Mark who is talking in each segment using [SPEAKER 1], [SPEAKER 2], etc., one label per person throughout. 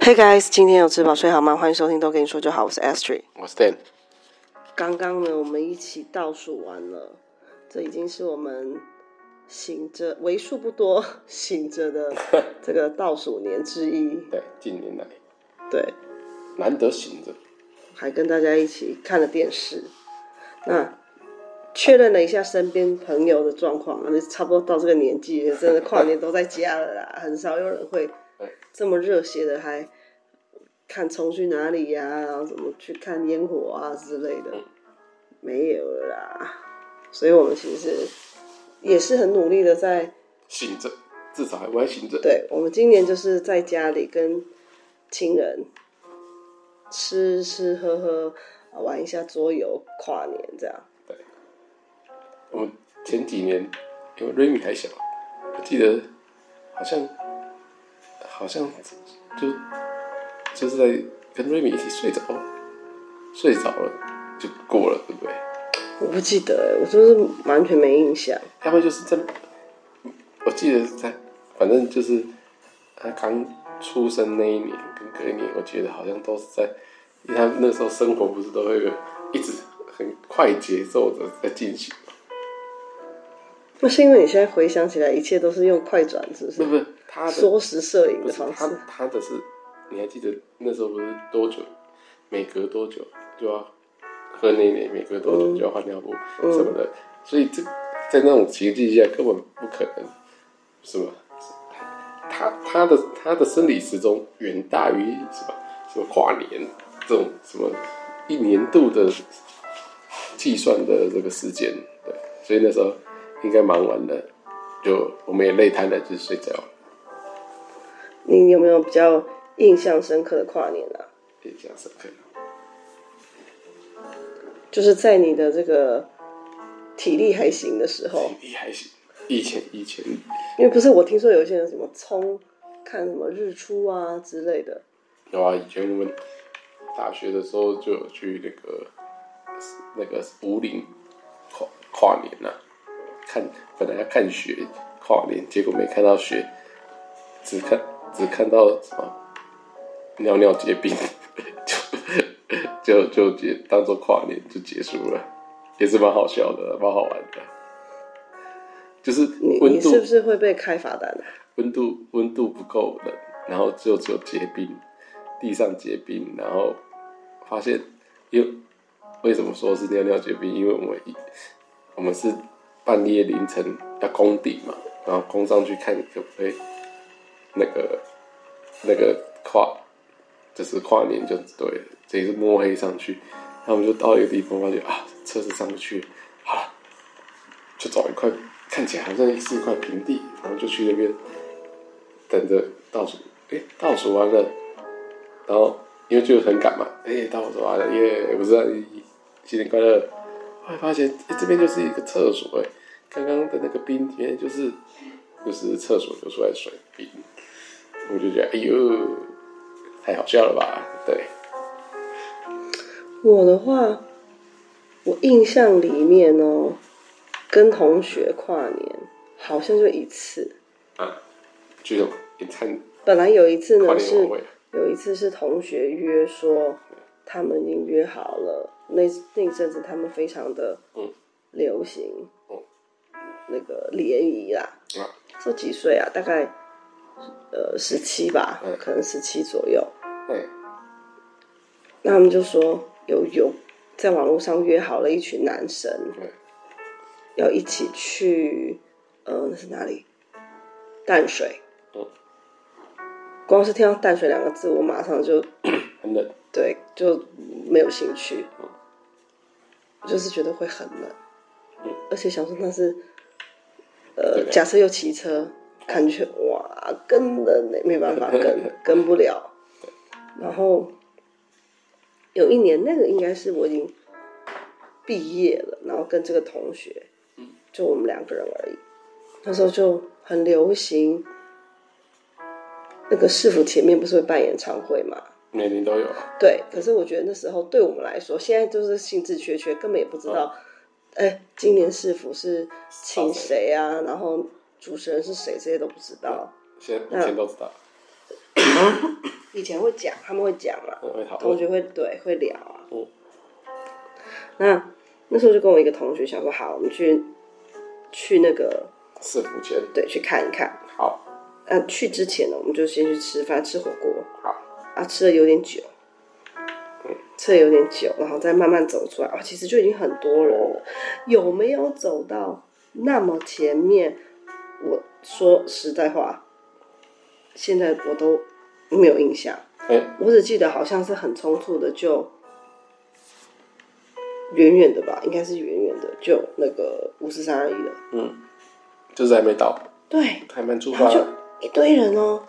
[SPEAKER 1] Hey guys，今天有吃饱睡好吗？欢迎收听《都跟你说就好》，我是 Astrid。
[SPEAKER 2] 我 Stan，
[SPEAKER 1] 刚刚呢，我们一起倒数完了，这已经是我们醒着为数不多醒着的这个倒数年之一。
[SPEAKER 2] 对，近年来
[SPEAKER 1] 对，
[SPEAKER 2] 难得醒着，
[SPEAKER 1] 还跟大家一起看了电视，那确认了一下身边朋友的状况，那差不多到这个年纪，真的跨年都在家了啦，很少有人会这么热血的还看冲去哪里呀、然后怎么去看烟火啊之类的，没有了啦。所以我们其实也是很努力的在，
[SPEAKER 2] 醒着，至少还我还醒着。
[SPEAKER 1] 对我们今年就是在家里跟亲人吃吃喝喝，玩一下桌游，跨年这样。
[SPEAKER 2] 我们前几年，因为 Remy 还小，我记得好像好像就就是在跟 Remy 一起睡着，睡着了就过了，对不对？
[SPEAKER 1] 我不记得，欸我就是完全没印象。
[SPEAKER 2] 要么就是在，我记得在，反正就是他刚出生那一年跟隔一年，我觉得好像都是在，因为他那时候生活不是都会有一直很快节奏的在进行嘛，
[SPEAKER 1] 那是因为你现在回想起来，一切都是用快转，是不
[SPEAKER 2] 不
[SPEAKER 1] 是？
[SPEAKER 2] 是不是他的
[SPEAKER 1] 缩时摄影
[SPEAKER 2] 不
[SPEAKER 1] 的
[SPEAKER 2] 是
[SPEAKER 1] 方
[SPEAKER 2] 他
[SPEAKER 1] 式，
[SPEAKER 2] 他的是，你还记得那时候不是多久，每隔多久就要喝那一年，每隔多久就要换尿布什么的，所以这在那种情境下根本不可能，什么？他他的他的生理时钟远大于什么什么跨年这种什么一年度的计算的这个时间，对，所以那时候应该忙完了，就我们也累瘫了，就睡觉了。
[SPEAKER 1] 你有没有比较印象深刻的跨年啊？
[SPEAKER 2] 印象深刻。
[SPEAKER 1] 就是在你的这个体力还行的时候，
[SPEAKER 2] 你还行，以前以前
[SPEAKER 1] 因为不是我听说有一些人什么冲看什么日出啊之类的，
[SPEAKER 2] 有啊，以前我们大学的时候就有去那个那个五岭跨跨年呐、啊，看本来要看雪跨年，结果没看到雪，只看只看到什么尿尿结冰，就就就结当做跨年就结束了，也是蛮好笑的，蛮好玩的，就是
[SPEAKER 1] 你
[SPEAKER 2] 温
[SPEAKER 1] 你
[SPEAKER 2] 度
[SPEAKER 1] 是不是会被开罚单啊？
[SPEAKER 2] 温度温度不够冷，然后就只有结冰，地上结冰，然后发现，因为为什么说是尿尿结冰？因为我们一我们是半夜凌晨要攻顶嘛，然后攻上去看可不可以那个那个跨，就是跨年就对了，这也是摸黑上去，然后我们就到一个地方，发现啊车子上不去，好了。就找一块看起来好像是一块平地，然后就去那边等着倒数。哎，倒数完了，然后因为就很赶嘛，哎，倒数完了，耶，我知道，新年快乐。后来发现，哎，这边就是一个厕所，哎，刚刚的那个冰里面就是就是厕所流出来的水冰，我就觉得，哎呦，太好笑了吧？对，
[SPEAKER 1] 我的话，我印象里面哦，跟同学跨年好像就一次。
[SPEAKER 2] 啊，就那种你看
[SPEAKER 1] 本来有一次
[SPEAKER 2] 跨
[SPEAKER 1] 呢
[SPEAKER 2] 年
[SPEAKER 1] 是
[SPEAKER 2] 晚会，
[SPEAKER 1] 有一次是同学约说，他们已经约好了。那那一阵子他们非常的
[SPEAKER 2] 嗯
[SPEAKER 1] 流行，
[SPEAKER 2] 嗯
[SPEAKER 1] 那个联谊啦，
[SPEAKER 2] 啊，
[SPEAKER 1] 说几岁啊？大概呃十七吧，
[SPEAKER 2] 嗯
[SPEAKER 1] 可能十七左右。
[SPEAKER 2] 对，
[SPEAKER 1] 那他们就说有有在网络上约好了一群男生，
[SPEAKER 2] 对，
[SPEAKER 1] 要一起去，呃，那是哪里？淡水。
[SPEAKER 2] 嗯，
[SPEAKER 1] 光是听到淡水两个字，我马上就
[SPEAKER 2] 很冷，
[SPEAKER 1] 对就没有兴趣，我就是觉得会很冷，
[SPEAKER 2] 嗯
[SPEAKER 1] 而且想说那是，
[SPEAKER 2] 对
[SPEAKER 1] 呃，
[SPEAKER 2] 的
[SPEAKER 1] 假设又骑车，感觉哇跟的没办法跟跟不了，然后有一年那个应该是我已经毕业了，然后跟这个同学，就我们两个人而已，那时候就很流行。那个市府前面不是会办演唱会嘛？
[SPEAKER 2] 每年都有啊。
[SPEAKER 1] 对，可是我觉得那时候对我们来说，现在就是兴致缺缺，根本也不知道，哎、今年是否是请谁啊？然后主持人是谁，这些都不知道。
[SPEAKER 2] 现在以前都知道，
[SPEAKER 1] 以前会讲，他们会讲嘛，
[SPEAKER 2] 嗯会讨
[SPEAKER 1] 同
[SPEAKER 2] 论，
[SPEAKER 1] 学会对会聊啊。
[SPEAKER 2] 嗯
[SPEAKER 1] 那那时候就跟我一个同学想说，好，我们去去那个
[SPEAKER 2] 四福圈，
[SPEAKER 1] 对去看一看。
[SPEAKER 2] 好，
[SPEAKER 1] 呃，去之前呢，我们就先去吃饭，吃火锅。
[SPEAKER 2] 好，
[SPEAKER 1] 啊，吃的有点久，嗯吃的有点久，然后再慢慢走出来。哦，其实就已经很多人了，有没有走到那么前面？我说实在话，现在我都没有印象。
[SPEAKER 2] 哎，
[SPEAKER 1] 我只记得好像是很匆促的就远远的吧，应该是远远的就那个五十三二一了。
[SPEAKER 2] 就是还没到，
[SPEAKER 1] 对，
[SPEAKER 2] 还蛮出
[SPEAKER 1] 然
[SPEAKER 2] 发
[SPEAKER 1] 后，就一堆人哦，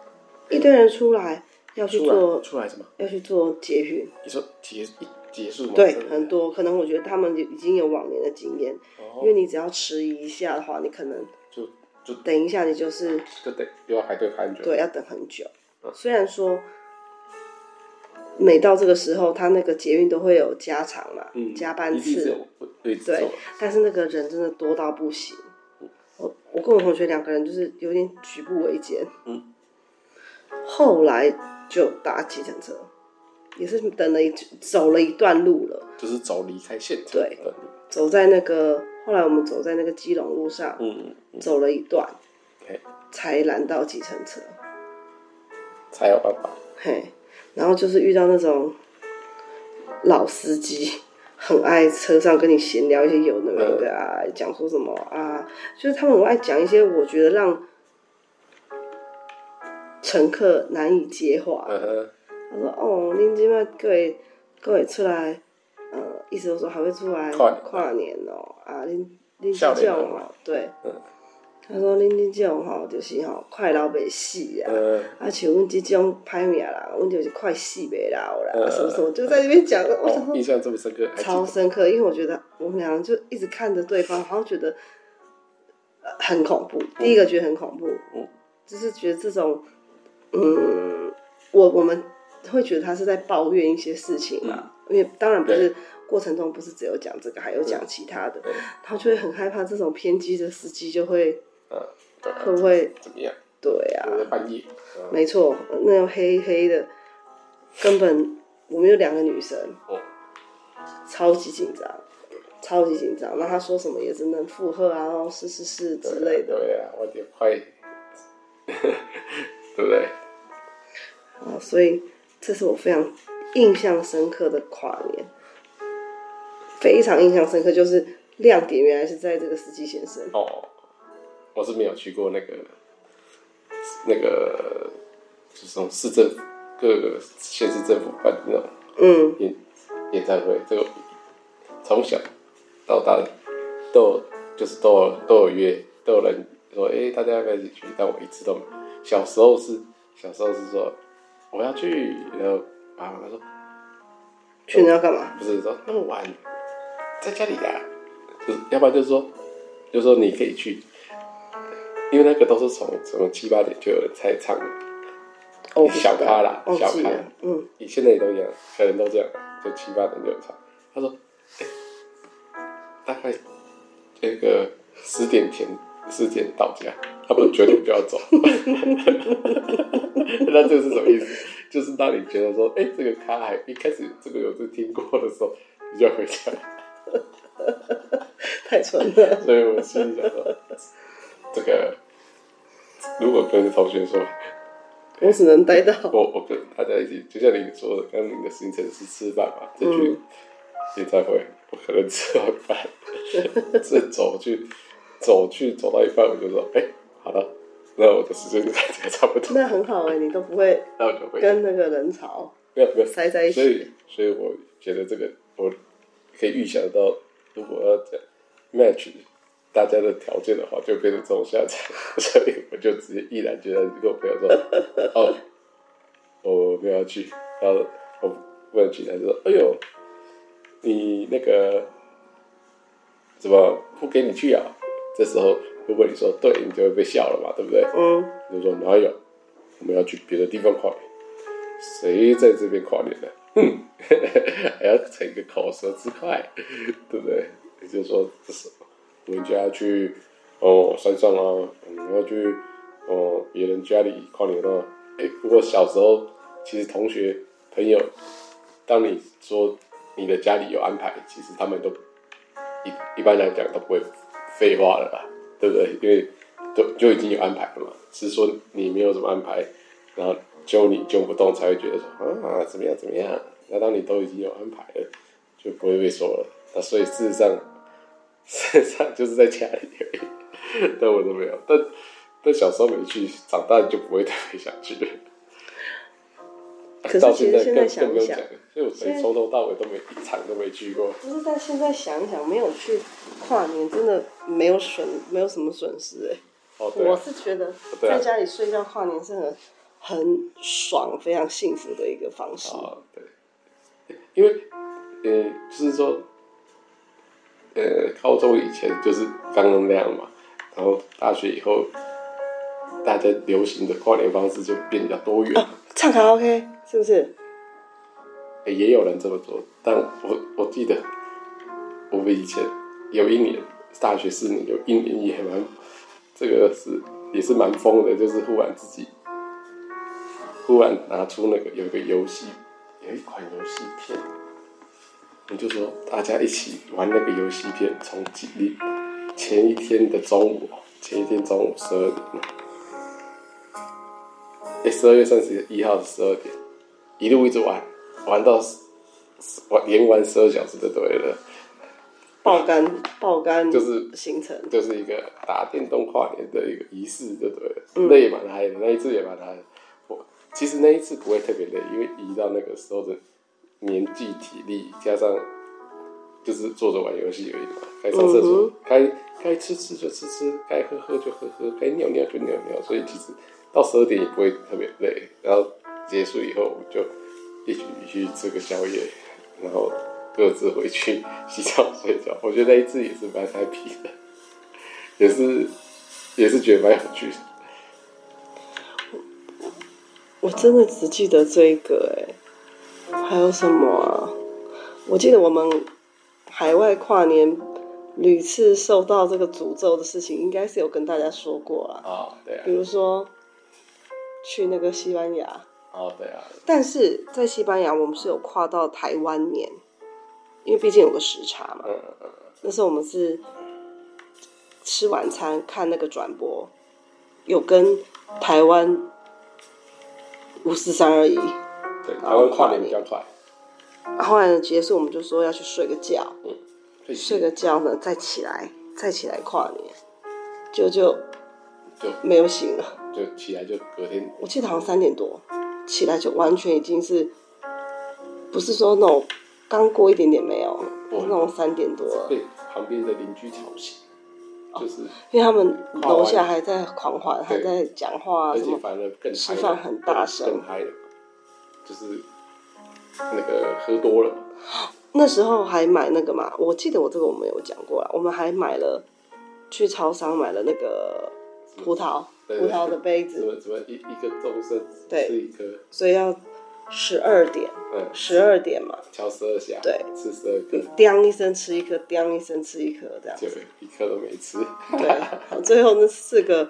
[SPEAKER 1] 一堆人出来要去
[SPEAKER 2] 出来
[SPEAKER 1] 做
[SPEAKER 2] 出来什么？
[SPEAKER 1] 要去做捷运，
[SPEAKER 2] 你说结一结束吗？
[SPEAKER 1] 对，
[SPEAKER 2] 真的
[SPEAKER 1] 很，多可能我觉得他们已经有往年的经验，因为你只要迟疑一下的话，你可能
[SPEAKER 2] 哦就就
[SPEAKER 1] 等一下你就是
[SPEAKER 2] 就得又要排队排很久，
[SPEAKER 1] 对，要等很久。
[SPEAKER 2] 嗯
[SPEAKER 1] 虽然说每到这个时候，他那个捷运都会有加长嘛，
[SPEAKER 2] 嗯，
[SPEAKER 1] 加班
[SPEAKER 2] 一定是
[SPEAKER 1] 次，
[SPEAKER 2] 有对
[SPEAKER 1] 对，但是那个人真的多到不行。我我跟我同学两个人就是有点举步维艰。
[SPEAKER 2] 嗯。
[SPEAKER 1] 后来就搭计程车，也是等了一走了一段路了，
[SPEAKER 2] 就是走离开现场，
[SPEAKER 1] 对，走在那个后来我们走在那个基隆路上，
[SPEAKER 2] 嗯，
[SPEAKER 1] 走了一段
[SPEAKER 2] 嘿，
[SPEAKER 1] 才拦到计程车。
[SPEAKER 2] 才有办法，
[SPEAKER 1] 嘿，然后就是遇到那种老司机， 很爱车上跟你闲聊一些有的没的啊，讲说什么啊，就是他们很爱讲一些我觉得让乘客难以接话。
[SPEAKER 2] 嗯哼，
[SPEAKER 1] 他说：“哦，恁即摆各会各会出来，呃，意思就是说还会出来
[SPEAKER 2] 跨年
[SPEAKER 1] 跨年哦、啊，恁恁
[SPEAKER 2] 少
[SPEAKER 1] 这
[SPEAKER 2] 年人
[SPEAKER 1] 种
[SPEAKER 2] 嘛
[SPEAKER 1] 哦，对，
[SPEAKER 2] 嗯
[SPEAKER 1] 他说恁恁这种吼、就是吼、快老袂死啊。
[SPEAKER 2] 嗯，
[SPEAKER 1] 啊，像阮即种歹命啦，阮就是快死袂老啦，啊
[SPEAKER 2] 嗯
[SPEAKER 1] 什么什么，就在那边讲。我想
[SPEAKER 2] 哦，印
[SPEAKER 1] 说
[SPEAKER 2] 象这么深刻，还记得
[SPEAKER 1] 超深刻，因为我觉得我们两个就一直看着对方，好像觉得呃很恐怖。第一个觉得很恐怖，
[SPEAKER 2] 嗯
[SPEAKER 1] 就是觉得这种，嗯，我我们会觉得他是在抱怨一些事情嘛，因为当然不是过程中不是只有讲这个，还有讲其他的，
[SPEAKER 2] 嗯对
[SPEAKER 1] 然后就会很害怕这种偏激的司机就会
[SPEAKER 2] 嗯，对啊
[SPEAKER 1] 会不会
[SPEAKER 2] 怎么样？
[SPEAKER 1] 对啊，
[SPEAKER 2] 我在半夜，嗯
[SPEAKER 1] 没错，那种黑黑的，根本我们有两个女生，
[SPEAKER 2] 哦，
[SPEAKER 1] 超级紧张，超级紧张。那她说什么也只能附和啊，然后是是是之类的。
[SPEAKER 2] 对啊，我有点快， 对不对？
[SPEAKER 1] 啊，所以这是我非常印象深刻的跨年，非常印象深刻，就是亮点原来是在这个司机先生。
[SPEAKER 2] 哦，我是没有去过那个那个，就是从市政府各个县市政府办的那种
[SPEAKER 1] 嗯，
[SPEAKER 2] 演演唱会，这个从小到大都有就是都有都有约，都有人说哎、诶大家要不要一起去？但我一次都没有。小时候是小时候是说我要去，然后爸妈说
[SPEAKER 1] 去那要干嘛？
[SPEAKER 2] 不是说那么晚在家里啊，就是要不然就是说，就是说你可以去，因为那个都是从从七八点就有人在唱了，
[SPEAKER 1] 哦，
[SPEAKER 2] 小咖啦
[SPEAKER 1] 忘
[SPEAKER 2] 小
[SPEAKER 1] 记
[SPEAKER 2] 咖
[SPEAKER 1] 了。嗯，
[SPEAKER 2] 你现在也都一样，可能都这样，就七八点就有唱。他说，哎大概这个十点前十点到家，他们九点就要走。 那这个是什么意思？就是当你觉得说，哎、这个咖还一开始这个有是听过的时候，你就要回家。
[SPEAKER 1] 太蠢了。
[SPEAKER 2] 所以我心里想说，这个如果跟同学说，
[SPEAKER 1] 我只能待到
[SPEAKER 2] 我我跟哦大家一起，就像你说的，刚刚你的行程是吃饭嘛，这去演唱会，我可能吃完饭， 这走去走去走到一半，我就说，哎、好了，那我的时间就大家差不多，
[SPEAKER 1] 那很好哎、你都不会
[SPEAKER 2] 那我就回家，
[SPEAKER 1] 跟那个人潮
[SPEAKER 2] 没有没有，
[SPEAKER 1] 塞在一
[SPEAKER 2] 所
[SPEAKER 1] 起。
[SPEAKER 2] 以所以我觉得这个我可以预想到，如果要讲 match 大家的条件的话，就变成这种下场，所以我就直接毅然决然地跟我朋友 说，哦，我没有要去，然后我不能去，他就说，哎呦，你那个怎么不给你去啊？这时候如果你说对，你就会被笑了嘛，对不对？
[SPEAKER 1] 嗯。
[SPEAKER 2] 就说哪有，我们要去别的地方跨年，谁在这边跨年呢、哼， 还要逞一个口舌之快，对不对？也就是说，这是我们家去哦山上啊，我们要去哦别人家里跨年啊。哎，不过小时候其实同学朋友，当你说你的家里有安排，其实他们都一一般来讲都不会废话了啦，对不对？因为都就已经有安排了嘛，只是说你没有什么安排，然后揪你揪不动，才会觉得说啊怎么样怎么样。那当你都已经有安排了，就不会被说了。那所以事实上， 事实上就是在家里而已， 但我都没有。但但小时候没去，长大就不会特别想去了。
[SPEAKER 1] 可是
[SPEAKER 2] 到
[SPEAKER 1] 其
[SPEAKER 2] 现
[SPEAKER 1] 实
[SPEAKER 2] 在
[SPEAKER 1] 现
[SPEAKER 2] 更
[SPEAKER 1] 在想一
[SPEAKER 2] 更不用
[SPEAKER 1] 想
[SPEAKER 2] 讲，了，所以我
[SPEAKER 1] 现在
[SPEAKER 2] 从头到尾都没一场都没去过。
[SPEAKER 1] 不是，但现在想一想，没有去跨年，真的没有损，没有什么损失哎、
[SPEAKER 2] 哦，对、
[SPEAKER 1] 我
[SPEAKER 2] 啊，
[SPEAKER 1] 是觉得
[SPEAKER 2] 对啊
[SPEAKER 1] 在家里睡觉跨年是很很爽、非常幸福的一个方式。
[SPEAKER 2] 哦，对，因为呃，就是说，呃，高中以前就是刚刚那样嘛，然后大学以后，大家流行的跨年方式就变得比较多元。
[SPEAKER 1] 唱卡拉 OK 是不是？
[SPEAKER 2] 欸也有人这么做，但我我记得我们以前有一年大学四年有一年也蛮这个是也是蛮疯的，就是忽然自己忽然拿出那个有一个游戏，有一款游戏片，你就说大家一起玩那个游戏片，从几前一天的中午，前一天中午十二点，哎、十二月三十一号的十二点。一路一直玩，玩到十十玩连玩十二小时就对了，
[SPEAKER 1] 爆肝爆肝
[SPEAKER 2] 就是
[SPEAKER 1] 行程，
[SPEAKER 2] 就是一个打电动跨年的一个仪式就对了，那也蛮嗨的，那一次也蛮嗨的。我其实那一次不会特别累，因为移到那个时候的年纪、体力加上就是坐着玩游戏而已嘛，该上厕所、该该吃吃就吃吃，该喝喝就喝喝，该尿尿就尿尿，所以其实到十二点也不会特别累。然后结束以后，我们就一起去吃个宵夜，然后各自回去 洗澡睡觉。我觉得那一次也是蛮 happy 的，也是也是觉得蛮有趣的。
[SPEAKER 1] 我真的只记得这一个哎、还有什么啊？我记得我们海外跨年屡次受到这个诅咒的事情，应该是有跟大家说过啊。
[SPEAKER 2] 啊，对啊
[SPEAKER 1] 比，如说去那个西班牙，
[SPEAKER 2] 哦，对啊，
[SPEAKER 1] 但是在西班牙我们是有跨到台湾年，因为毕竟有个时差嘛。
[SPEAKER 2] 嗯嗯
[SPEAKER 1] 那时候我们是吃晚餐看那个转播，有跟台湾五四三二一，
[SPEAKER 2] 嗯，
[SPEAKER 1] 啊
[SPEAKER 2] 对，台湾跨年比较快，
[SPEAKER 1] 后来呢结束我们就说要去睡个觉，
[SPEAKER 2] 所以
[SPEAKER 1] 睡个觉呢再起来，再起来跨年，就就
[SPEAKER 2] 就
[SPEAKER 1] 没有醒了。
[SPEAKER 2] 就起来就隔天
[SPEAKER 1] 我记得好像三点多起来就完全已经是，不是说那种刚过一点点没有，是那种三哦点多了。
[SPEAKER 2] 嗯被旁边的邻居吵醒，就是
[SPEAKER 1] 因为他们楼下还在狂欢，还
[SPEAKER 2] 对
[SPEAKER 1] 在讲话啊
[SPEAKER 2] 而
[SPEAKER 1] 什
[SPEAKER 2] 且
[SPEAKER 1] 么，
[SPEAKER 2] 反而更
[SPEAKER 1] 吃
[SPEAKER 2] 嗨
[SPEAKER 1] 饭
[SPEAKER 2] 了，
[SPEAKER 1] 很大声
[SPEAKER 2] 更嗨了，就是那个喝多了，
[SPEAKER 1] 那时候还买那个嘛，我记得我这个我们有讲过了，我们还买了去超商买了那个葡萄
[SPEAKER 2] 对
[SPEAKER 1] 葡
[SPEAKER 2] 对
[SPEAKER 1] 萄的杯
[SPEAKER 2] 怎
[SPEAKER 1] 子，
[SPEAKER 2] 么怎么一一个钟声
[SPEAKER 1] 对
[SPEAKER 2] 吃一颗，
[SPEAKER 1] 所以要十二点
[SPEAKER 2] 嗯，
[SPEAKER 1] 十二点嘛，
[SPEAKER 2] 敲十二下，
[SPEAKER 1] 对
[SPEAKER 2] 吃十二
[SPEAKER 1] 你
[SPEAKER 2] 颗，
[SPEAKER 1] 叮一声吃一颗，叮一声吃一颗这样
[SPEAKER 2] 就
[SPEAKER 1] 子，
[SPEAKER 2] 一颗都没吃，
[SPEAKER 1] 对， 最后那四个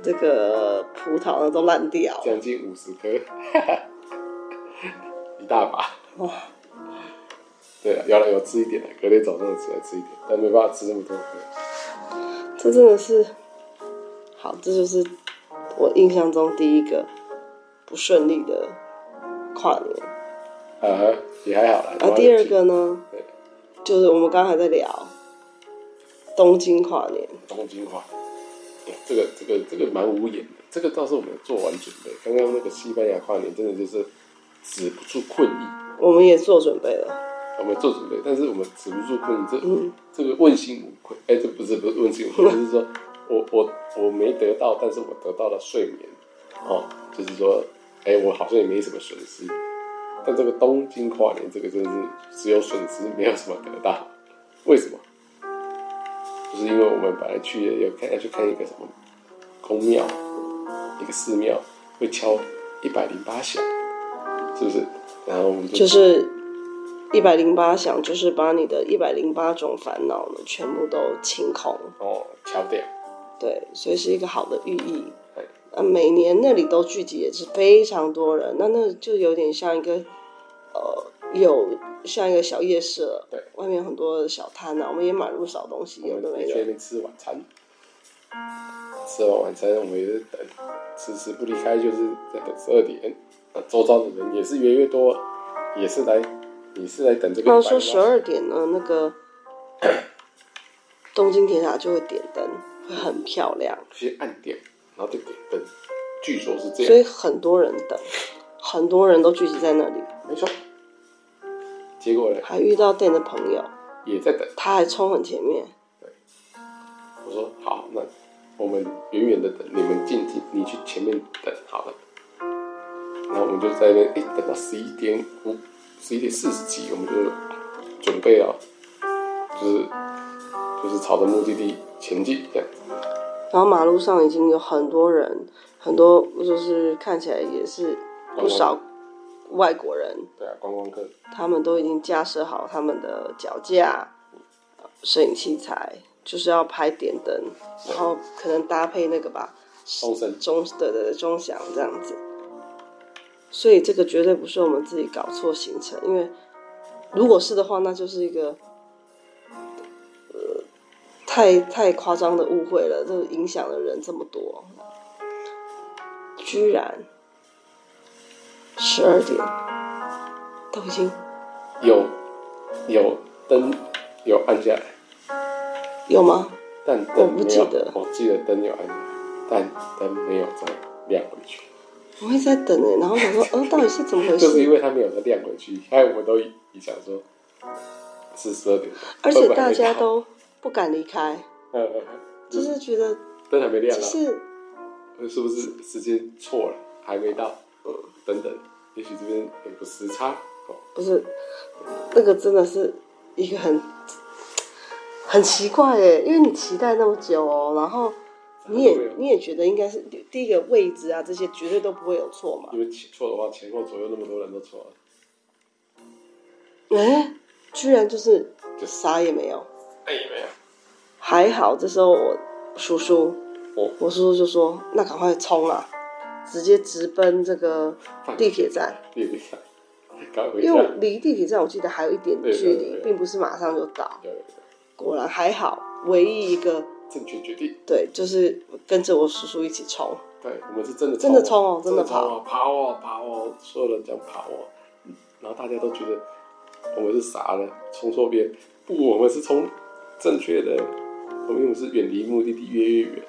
[SPEAKER 1] 这个葡萄呢都烂掉了，
[SPEAKER 2] 将近五十颗，一大把。
[SPEAKER 1] 哇，
[SPEAKER 2] 对啊，有了有吃一点了，隔天早上起来吃一点，但没办法吃那么多颗。
[SPEAKER 1] 这真的是，好，这就是我印象中第一个不顺利的跨年。
[SPEAKER 2] 啊哈，也还好啦。
[SPEAKER 1] 然后第二个呢，
[SPEAKER 2] 对，
[SPEAKER 1] 就是我们刚才在聊东京跨年，
[SPEAKER 2] 东京话，欸这个这个这个蛮无言的，这个倒是我们做完准备。刚刚那个西班牙跨年真的就是止不住困意，
[SPEAKER 1] 我们也做准备了。
[SPEAKER 2] 我们做准备，但是我们止不住困意，这、
[SPEAKER 1] 嗯
[SPEAKER 2] 这个问心无愧。哎、这不是不是问心无愧，就是说我我我没得到，但是我得到了睡眠，哦，就是说，哎、我好像也没什么损失。但这个东京跨年，这个真的是只有损失，没有什么得到。为什么？就是因为我们本来去了要看要去看一个什么宫庙，一个寺庙会敲一百零八响，是不是？然后我们就
[SPEAKER 1] 就是一百零八响，就是把你的一百零八种烦恼呢全部都清空。
[SPEAKER 2] 哦敲掉。
[SPEAKER 1] 对，所以是一个好的寓意
[SPEAKER 2] 哎。
[SPEAKER 1] 呃，每年那里都聚集也是非常多人，那那就有点像一个呃有像一个小夜市了，
[SPEAKER 2] 对，
[SPEAKER 1] 外面有很多小摊啊，我们也买了不少东西，
[SPEAKER 2] 我
[SPEAKER 1] 有
[SPEAKER 2] 们
[SPEAKER 1] 的没
[SPEAKER 2] 去那
[SPEAKER 1] 的，
[SPEAKER 2] 边吃晚餐，吃完晚餐我们也是等，迟迟不离开，就是在等十二点。啊，周遭的人也是越来越多，啊也是来，也是来等这个
[SPEAKER 1] 那
[SPEAKER 2] 礼拜
[SPEAKER 1] 说
[SPEAKER 2] 吗。
[SPEAKER 1] 十二点呢，那个东京铁塔就会点灯，会很漂亮，
[SPEAKER 2] 先按点，然后再点灯，据说是这
[SPEAKER 1] 所
[SPEAKER 2] 样，
[SPEAKER 1] 以很多人等，很多人都聚集在那里，
[SPEAKER 2] 没错。结果呢，
[SPEAKER 1] 还遇到店的朋友，
[SPEAKER 2] 也在等。
[SPEAKER 1] 他还冲很前面，
[SPEAKER 2] 我说好，那我们远远的等，你们进进，你去前面等好了。然后我们就在那边，哎，等到十一点五，十一点四十几，我们就准备啊，就是就是朝着目的地前进这样子。
[SPEAKER 1] 然后马路上已经有很多人，很多就是看起来也是不少外国人，
[SPEAKER 2] 对啊，观光客
[SPEAKER 1] 他们都已经架设好他们的脚架、呃摄影器材，就是要拍点灯，然后可能搭配那个吧，
[SPEAKER 2] 终身
[SPEAKER 1] 钟对对对钟响这样子。所以这个绝对不是我们自己搞错行程，因为如果是的话，那就是一个呃太太夸张的误会了，这影响了人这么多，居然十二点都已经
[SPEAKER 2] 有有灯有按下来，
[SPEAKER 1] 有吗？
[SPEAKER 2] 但
[SPEAKER 1] 我
[SPEAKER 2] 灯
[SPEAKER 1] 不
[SPEAKER 2] 没
[SPEAKER 1] 记
[SPEAKER 2] 有，
[SPEAKER 1] 得
[SPEAKER 2] 我记得灯有按下来，但灯没有再亮回去。
[SPEAKER 1] 我一直在等哎、然后想说，呃，到底是怎么回
[SPEAKER 2] 就是因
[SPEAKER 1] 事？
[SPEAKER 2] 为他没有再亮回去，害我都已想说是十二点，
[SPEAKER 1] 而
[SPEAKER 2] 会
[SPEAKER 1] 且
[SPEAKER 2] 不会还
[SPEAKER 1] 大
[SPEAKER 2] 没
[SPEAKER 1] 家
[SPEAKER 2] 到
[SPEAKER 1] 都不敢离开，
[SPEAKER 2] 呃呃呃
[SPEAKER 1] 就是觉 得
[SPEAKER 2] 灯还没亮
[SPEAKER 1] 就
[SPEAKER 2] 啊，
[SPEAKER 1] 是
[SPEAKER 2] 是不是时间错了，还没到？呃等等，也许这边有个时差哦，
[SPEAKER 1] 不是，那个真的是一个很很奇怪哎，因为你期待那么久哦，然后你
[SPEAKER 2] 怎么
[SPEAKER 1] 也
[SPEAKER 2] 会有
[SPEAKER 1] 你也觉得应该是第一个位置啊，这些绝对都不会有错嘛。
[SPEAKER 2] 因为前错的话，前后左右那么多人都错了，
[SPEAKER 1] 哎，居然就是
[SPEAKER 2] 嗯就
[SPEAKER 1] 啥也没有，
[SPEAKER 2] 那哎也没有，
[SPEAKER 1] 还好这时候我叔叔，
[SPEAKER 2] 我
[SPEAKER 1] 我叔叔就说那赶快冲啊，直接直奔这个
[SPEAKER 2] 放
[SPEAKER 1] 地铁站。
[SPEAKER 2] 地铁上，赶快回家
[SPEAKER 1] 因为离地铁站我记得还有一点
[SPEAKER 2] 对对
[SPEAKER 1] 距
[SPEAKER 2] 对
[SPEAKER 1] 离，
[SPEAKER 2] 对
[SPEAKER 1] 并不是马上就到。
[SPEAKER 2] 有有有
[SPEAKER 1] 果然还好，唯一一个
[SPEAKER 2] 正确决定。
[SPEAKER 1] 对，就是跟着我叔叔一起冲。
[SPEAKER 2] 对，我们是真的
[SPEAKER 1] 真的冲哦
[SPEAKER 2] 真
[SPEAKER 1] 真的
[SPEAKER 2] 冲哦，跑哦跑哦，所有人讲跑哦，然后大家都觉得我们是傻了，冲错边，不，我们是冲正确的，我们我们是远离目的地越越远，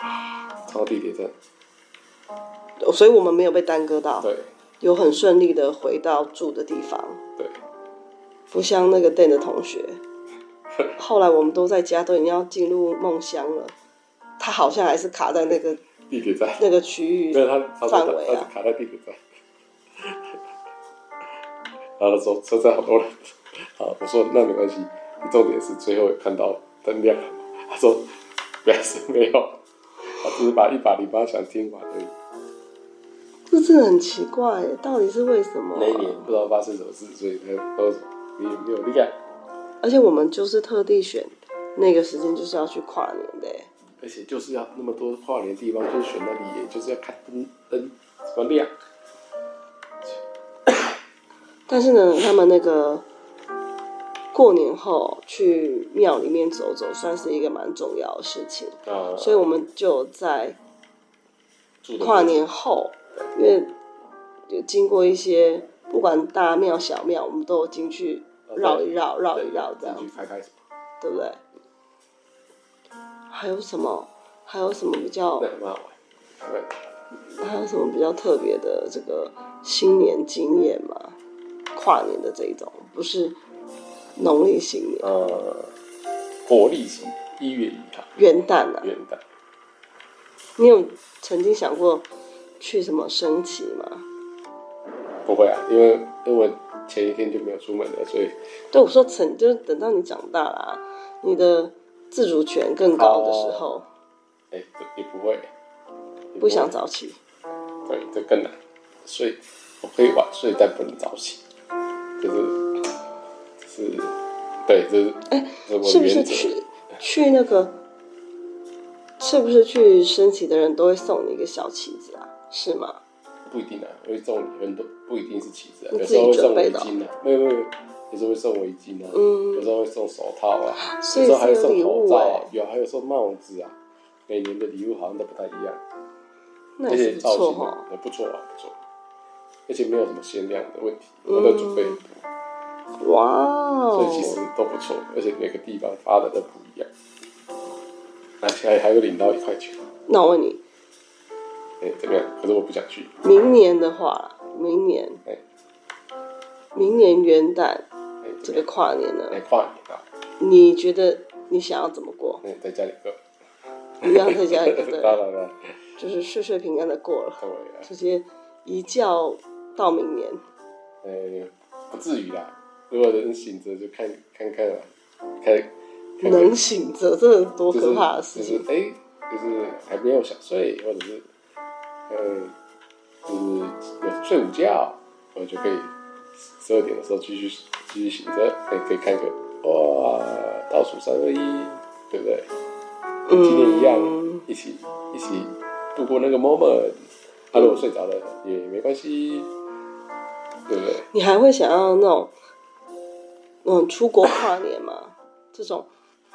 [SPEAKER 2] 啊，冲到地铁站，
[SPEAKER 1] 所以我们没有被耽搁到，
[SPEAKER 2] 对
[SPEAKER 1] 有很顺利的回到住的地方，
[SPEAKER 2] 对，
[SPEAKER 1] 不像那个 Dan 的同 学。后来我们都在家，都已经要进入梦乡了，他好像还是卡在那个
[SPEAKER 2] 地铁站，
[SPEAKER 1] 那个区域
[SPEAKER 2] 没有他他
[SPEAKER 1] 范
[SPEAKER 2] 说
[SPEAKER 1] 围
[SPEAKER 2] 他他
[SPEAKER 1] 啊
[SPEAKER 2] 是。卡在地铁站，然后他说车站好多人，好，我说那没关系，重点是最后有看到灯亮，他说表示没有。他只是把一把零八想听完而已。
[SPEAKER 1] 这真的很奇怪耶，到底是为什么
[SPEAKER 2] 那一
[SPEAKER 1] 啊、
[SPEAKER 2] 年不知道发生什么事，所以他都没有没有厉害，
[SPEAKER 1] 而且我们就是特地选那个时间，就是要去跨年的耶。
[SPEAKER 2] 而且就是要那么多跨年地方，就是选那里，也就是要看灯灯怎么亮。
[SPEAKER 1] 但是呢，他们那个过年后去庙里面走走，算是一个蛮重要的事情，
[SPEAKER 2] 啊，
[SPEAKER 1] 所以我们就在
[SPEAKER 2] 住的
[SPEAKER 1] 跨年后，因为有经过一些不管大庙小庙，我们都有进去绕一绕，绕一绕这样
[SPEAKER 2] 进，去拍拍什么？
[SPEAKER 1] 对不对？还有什么？还有什么比较
[SPEAKER 2] 那？还蛮好玩。拍拍
[SPEAKER 1] 还有什么比较特别的这个新年经验吗？跨年的这一种，不是农历新年，
[SPEAKER 2] 呃，活力型一月一号
[SPEAKER 1] 元旦啊。
[SPEAKER 2] 元旦，
[SPEAKER 1] 你有曾经想过去什么升旗吗？
[SPEAKER 2] 不会啊，因为因为我前一天就没有出门了，所以
[SPEAKER 1] 对，我说曾就是等到你长大啦、你的自主权更高的时候，
[SPEAKER 2] 哎、也不会，也
[SPEAKER 1] 不
[SPEAKER 2] 会
[SPEAKER 1] 想早起。
[SPEAKER 2] 对，这更难。睡，我可以晚睡，但不能早起，就是，就是，对，这是，哎、这我
[SPEAKER 1] 是
[SPEAKER 2] 的
[SPEAKER 1] 不是
[SPEAKER 2] 原则。
[SPEAKER 1] 去去那个是不是去升旗的人都会送你一个小旗子啊？是吗？
[SPEAKER 2] 不一定啊，会送你很多，不一定是旗子啊，
[SPEAKER 1] 你
[SPEAKER 2] 有
[SPEAKER 1] 自
[SPEAKER 2] 时
[SPEAKER 1] 己
[SPEAKER 2] 候会送
[SPEAKER 1] 准备
[SPEAKER 2] 围
[SPEAKER 1] 的哦
[SPEAKER 2] 巾啊，没有没有，没有有时候会送围巾啊，
[SPEAKER 1] 嗯
[SPEAKER 2] 有时候会送手套啊，
[SPEAKER 1] 所
[SPEAKER 2] 有
[SPEAKER 1] 以
[SPEAKER 2] 时候还
[SPEAKER 1] 是有
[SPEAKER 2] 会送
[SPEAKER 1] 礼
[SPEAKER 2] 口
[SPEAKER 1] 物
[SPEAKER 2] 罩
[SPEAKER 1] 哎、
[SPEAKER 2] 啊，有还有送帽子啊，每年的礼物好像都不太一样，
[SPEAKER 1] 那也
[SPEAKER 2] 而且
[SPEAKER 1] 是不
[SPEAKER 2] 造
[SPEAKER 1] 错哦
[SPEAKER 2] 型
[SPEAKER 1] 哈。
[SPEAKER 2] 也不错啊，不错，而且没有什么限量的问题，我都
[SPEAKER 1] 哦
[SPEAKER 2] 准备很多，
[SPEAKER 1] 哇
[SPEAKER 2] 所
[SPEAKER 1] 哦
[SPEAKER 2] 以，其实都不错，而且每个地方发的都不一样，而且还还会领到一块钱，
[SPEAKER 1] 那我问你，
[SPEAKER 2] 哎、怎么样？可是我不想去，
[SPEAKER 1] 明年的话啦，明年
[SPEAKER 2] 哎、
[SPEAKER 1] 明年元旦
[SPEAKER 2] 哎、
[SPEAKER 1] 这
[SPEAKER 2] 怎么
[SPEAKER 1] 个
[SPEAKER 2] 样？
[SPEAKER 1] 跨年呢
[SPEAKER 2] 哎、，跨年啊，
[SPEAKER 1] 你觉得你想要怎么过？
[SPEAKER 2] 那、在家里过，
[SPEAKER 1] 一样在家里就对
[SPEAKER 2] 当
[SPEAKER 1] 了，
[SPEAKER 2] 然了，
[SPEAKER 1] 就是岁岁平安的过了，
[SPEAKER 2] 对啊。
[SPEAKER 1] 直接一觉到明年。
[SPEAKER 2] 呃，不至于啦。如果人醒着就看看看啊，看看看
[SPEAKER 1] 能醒着，真的是多
[SPEAKER 2] 就是
[SPEAKER 1] 可怕的事
[SPEAKER 2] 就
[SPEAKER 1] 情！
[SPEAKER 2] 是哎、就是还没有想睡，或者是呃，就是有睡午觉，我就可以十二点的时候继续继续醒着，哎、可以看个哇，倒数三二一，对不对？跟今天一样
[SPEAKER 1] 嗯，
[SPEAKER 2] 一起一起度过那个 moment。啊，如果睡着了也没关系，对不对？
[SPEAKER 1] 你还会想要那种，嗯，出国跨年吗？这种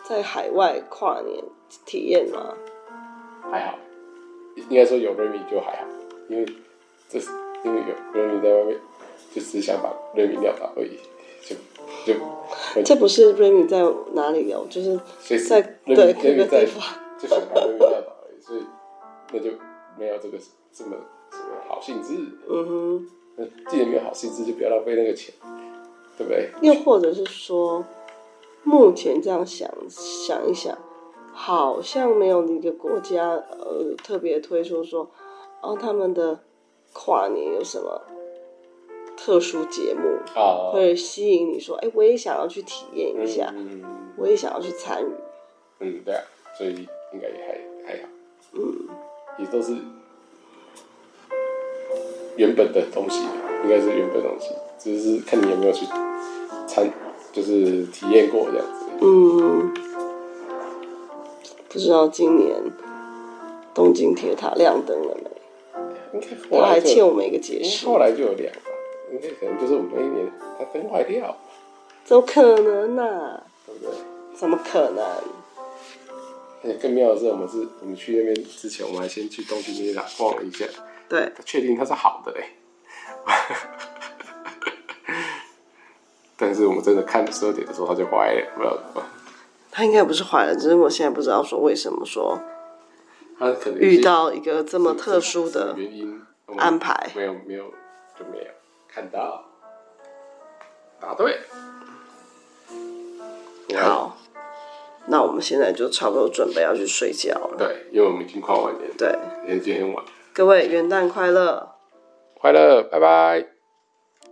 [SPEAKER 1] 在海外跨年体验吗？
[SPEAKER 2] 还好，应该说有 Remy 就还好，因为这是因为有 Remy 在外面，就只想把 Remy 撂倒而已，就就
[SPEAKER 1] 这不是 Remy 在哪里哦，就是
[SPEAKER 2] 所以
[SPEAKER 1] 在
[SPEAKER 2] Remy
[SPEAKER 1] 对各
[SPEAKER 2] Remy
[SPEAKER 1] 个
[SPEAKER 2] 在
[SPEAKER 1] 地方。
[SPEAKER 2] 就想把 Remy 撂倒而已，所以那就没有这个这么这么好兴致，
[SPEAKER 1] 嗯
[SPEAKER 2] 那既然没有好兴致，就不要浪费那个钱，对不对？
[SPEAKER 1] 哼，又或者是说，目前这样想想一想，好像没有哪个国家呃特别推出说，哦，他们的跨年有什么特殊节目
[SPEAKER 2] 啊，
[SPEAKER 1] 会吸引你说，哎，我也想要去体验一下，
[SPEAKER 2] 嗯嗯
[SPEAKER 1] 我也想要去参与。
[SPEAKER 2] 嗯，对啊，所以应该也还还好，
[SPEAKER 1] 嗯，
[SPEAKER 2] 也都是原本的东西，应该是原本的东西，只是看你有没有去参，就是体验过这样子。
[SPEAKER 1] 嗯，不知道今年东京铁塔亮灯了没？
[SPEAKER 2] 应该后
[SPEAKER 1] 它还
[SPEAKER 2] 来
[SPEAKER 1] 欠
[SPEAKER 2] 就
[SPEAKER 1] 我们一个解
[SPEAKER 2] 应该
[SPEAKER 1] 释，
[SPEAKER 2] 后来就有两吧，应该可能就是我们那一年它灯坏掉，
[SPEAKER 1] 怎么可能呢、
[SPEAKER 2] 对不对？
[SPEAKER 1] 怎么可能？
[SPEAKER 2] 而且更妙的是，我们是我们去那边之前，我们还先去东京铁塔逛了一下，
[SPEAKER 1] 对，
[SPEAKER 2] 确定它是好的嘞。 但是我们真的看十二点的时候，它就坏了，不知道怎么办。
[SPEAKER 1] 它应该不是坏了，只是我现在不知道说为什么说
[SPEAKER 2] 它可能有些
[SPEAKER 1] 遇到一个这么特殊的
[SPEAKER 2] 原因我们
[SPEAKER 1] 安排。
[SPEAKER 2] 没有没有就没有看到，答对。
[SPEAKER 1] 好，那我们现在就差不多准备要去睡觉了。
[SPEAKER 2] 对，因为我们已经跨完年了，
[SPEAKER 1] 对，
[SPEAKER 2] 今天今天晚，
[SPEAKER 1] 各位元旦快乐！
[SPEAKER 2] 快乐，拜拜。